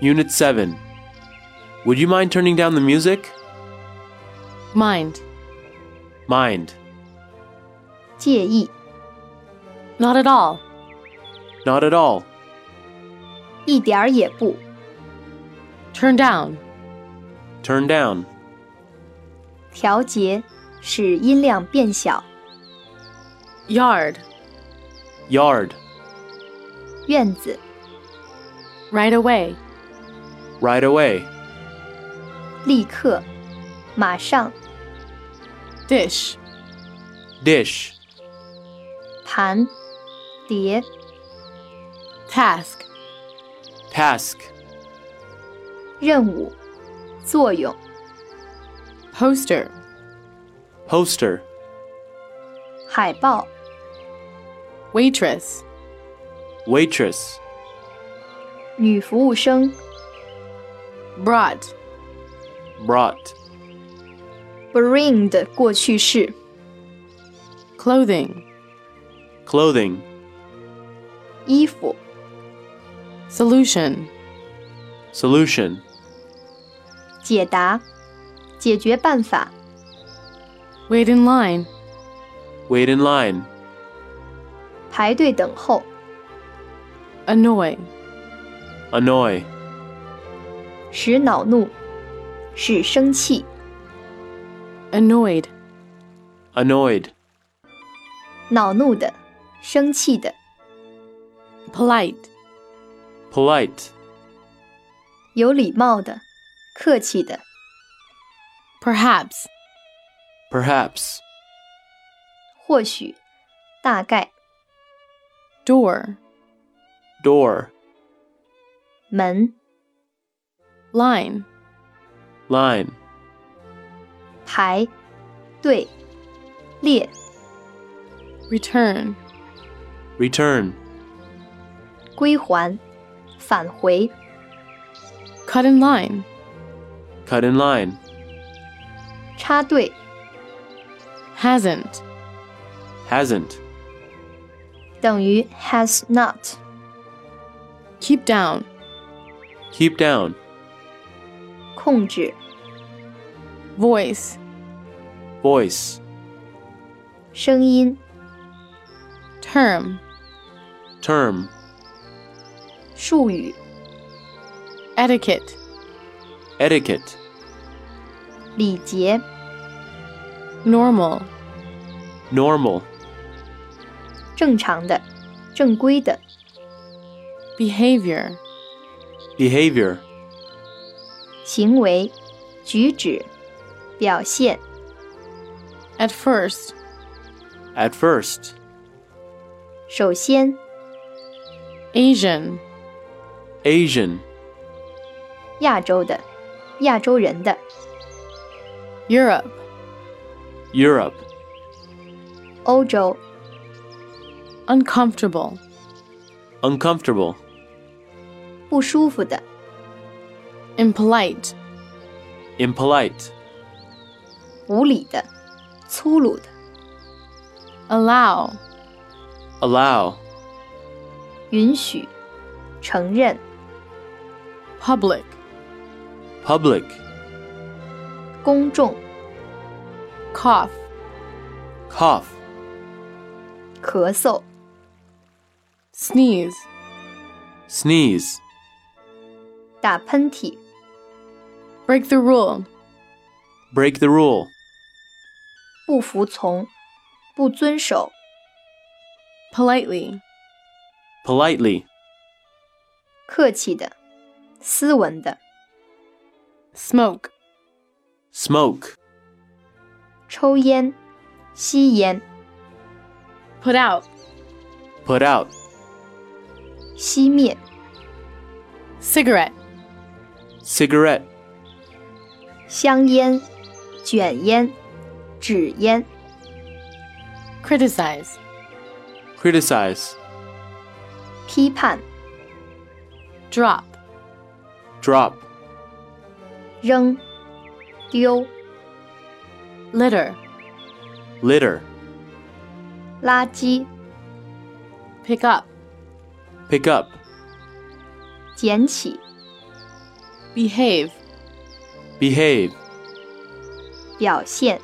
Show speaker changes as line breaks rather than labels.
Unit 7. Would you mind turning down the music?
Mind.
Mind.
介意、
Not at all.
Not at all.
一点儿也不、
Turn down.
Turn down.
调节，使音量变小、
Yard.
Yard.
院子、
Right away.
Right away.
立刻、马上、
Dish.
Dish.
盘、碟、
Task.
Task.
任务、作用、
Poster.
Poster.
海报、
Waitress.
Waitress.
女服务生、
Brought.
Brought.
bring 的过去式、
Clothing.
Clothing.
衣服、
Solution.
Solution.
解答、解决办法、
Wait in line.
Wait in line.
排队等候、
Annoy.
Annoy.
使恼怒、使生气、
Annoyed.
Annoyed.
恼怒的、生气的、
Polite.
Polite.
有礼貌的、客气的、
Perhaps.
Perhaps.
或许、大概、
Door.
Door.
门、
Line.
Line.
排、队、列、
Return.
Return.
归还、返回、
Cut in line.
Cut in line.
插队、
Hasn't.
Hasn't.
等于 has not。
Keep down.
Keep down.
控制、
Voice.
Voice.
声音、
Term.
Term.
术语、
Etiquette.
Etiquette.
礼节、
Normal.
Normal.
正常的、正规的、
Behavior.
Behavior.
行为、举止、表现、
At first.
At first.
首先、
Asian.
Asian.
亚洲的、亚洲人的、
Europe.
Europe.
欧洲、
Uncomfortable.
Uncomfortable.
不舒服的、
Impolite.
Impolite.
无理的、粗鲁的、
Allow.
Allow.
允许、承认、
Public.
Public.
公众、
Cough.
Cough.
咳嗽、
Sneeze.
Sneeze.
打喷嚏、
Break the rule.
Break the rule.
不服从、不遵守、
Politely.
Politely.
客气的、斯文的、
Smoke.
Smoke.
抽烟、吸烟、
Put out.
Put out.
熄灭、
Cigarette.
Cigarette.
香烟、卷烟、纸烟、
Criticize.
Criticize.
批判、
Drop.
Drop.
扔、丢、
Litter.
Litter.
垃圾、
Pick up.
Pick up.
捡起、
behave,
Behave.
表现、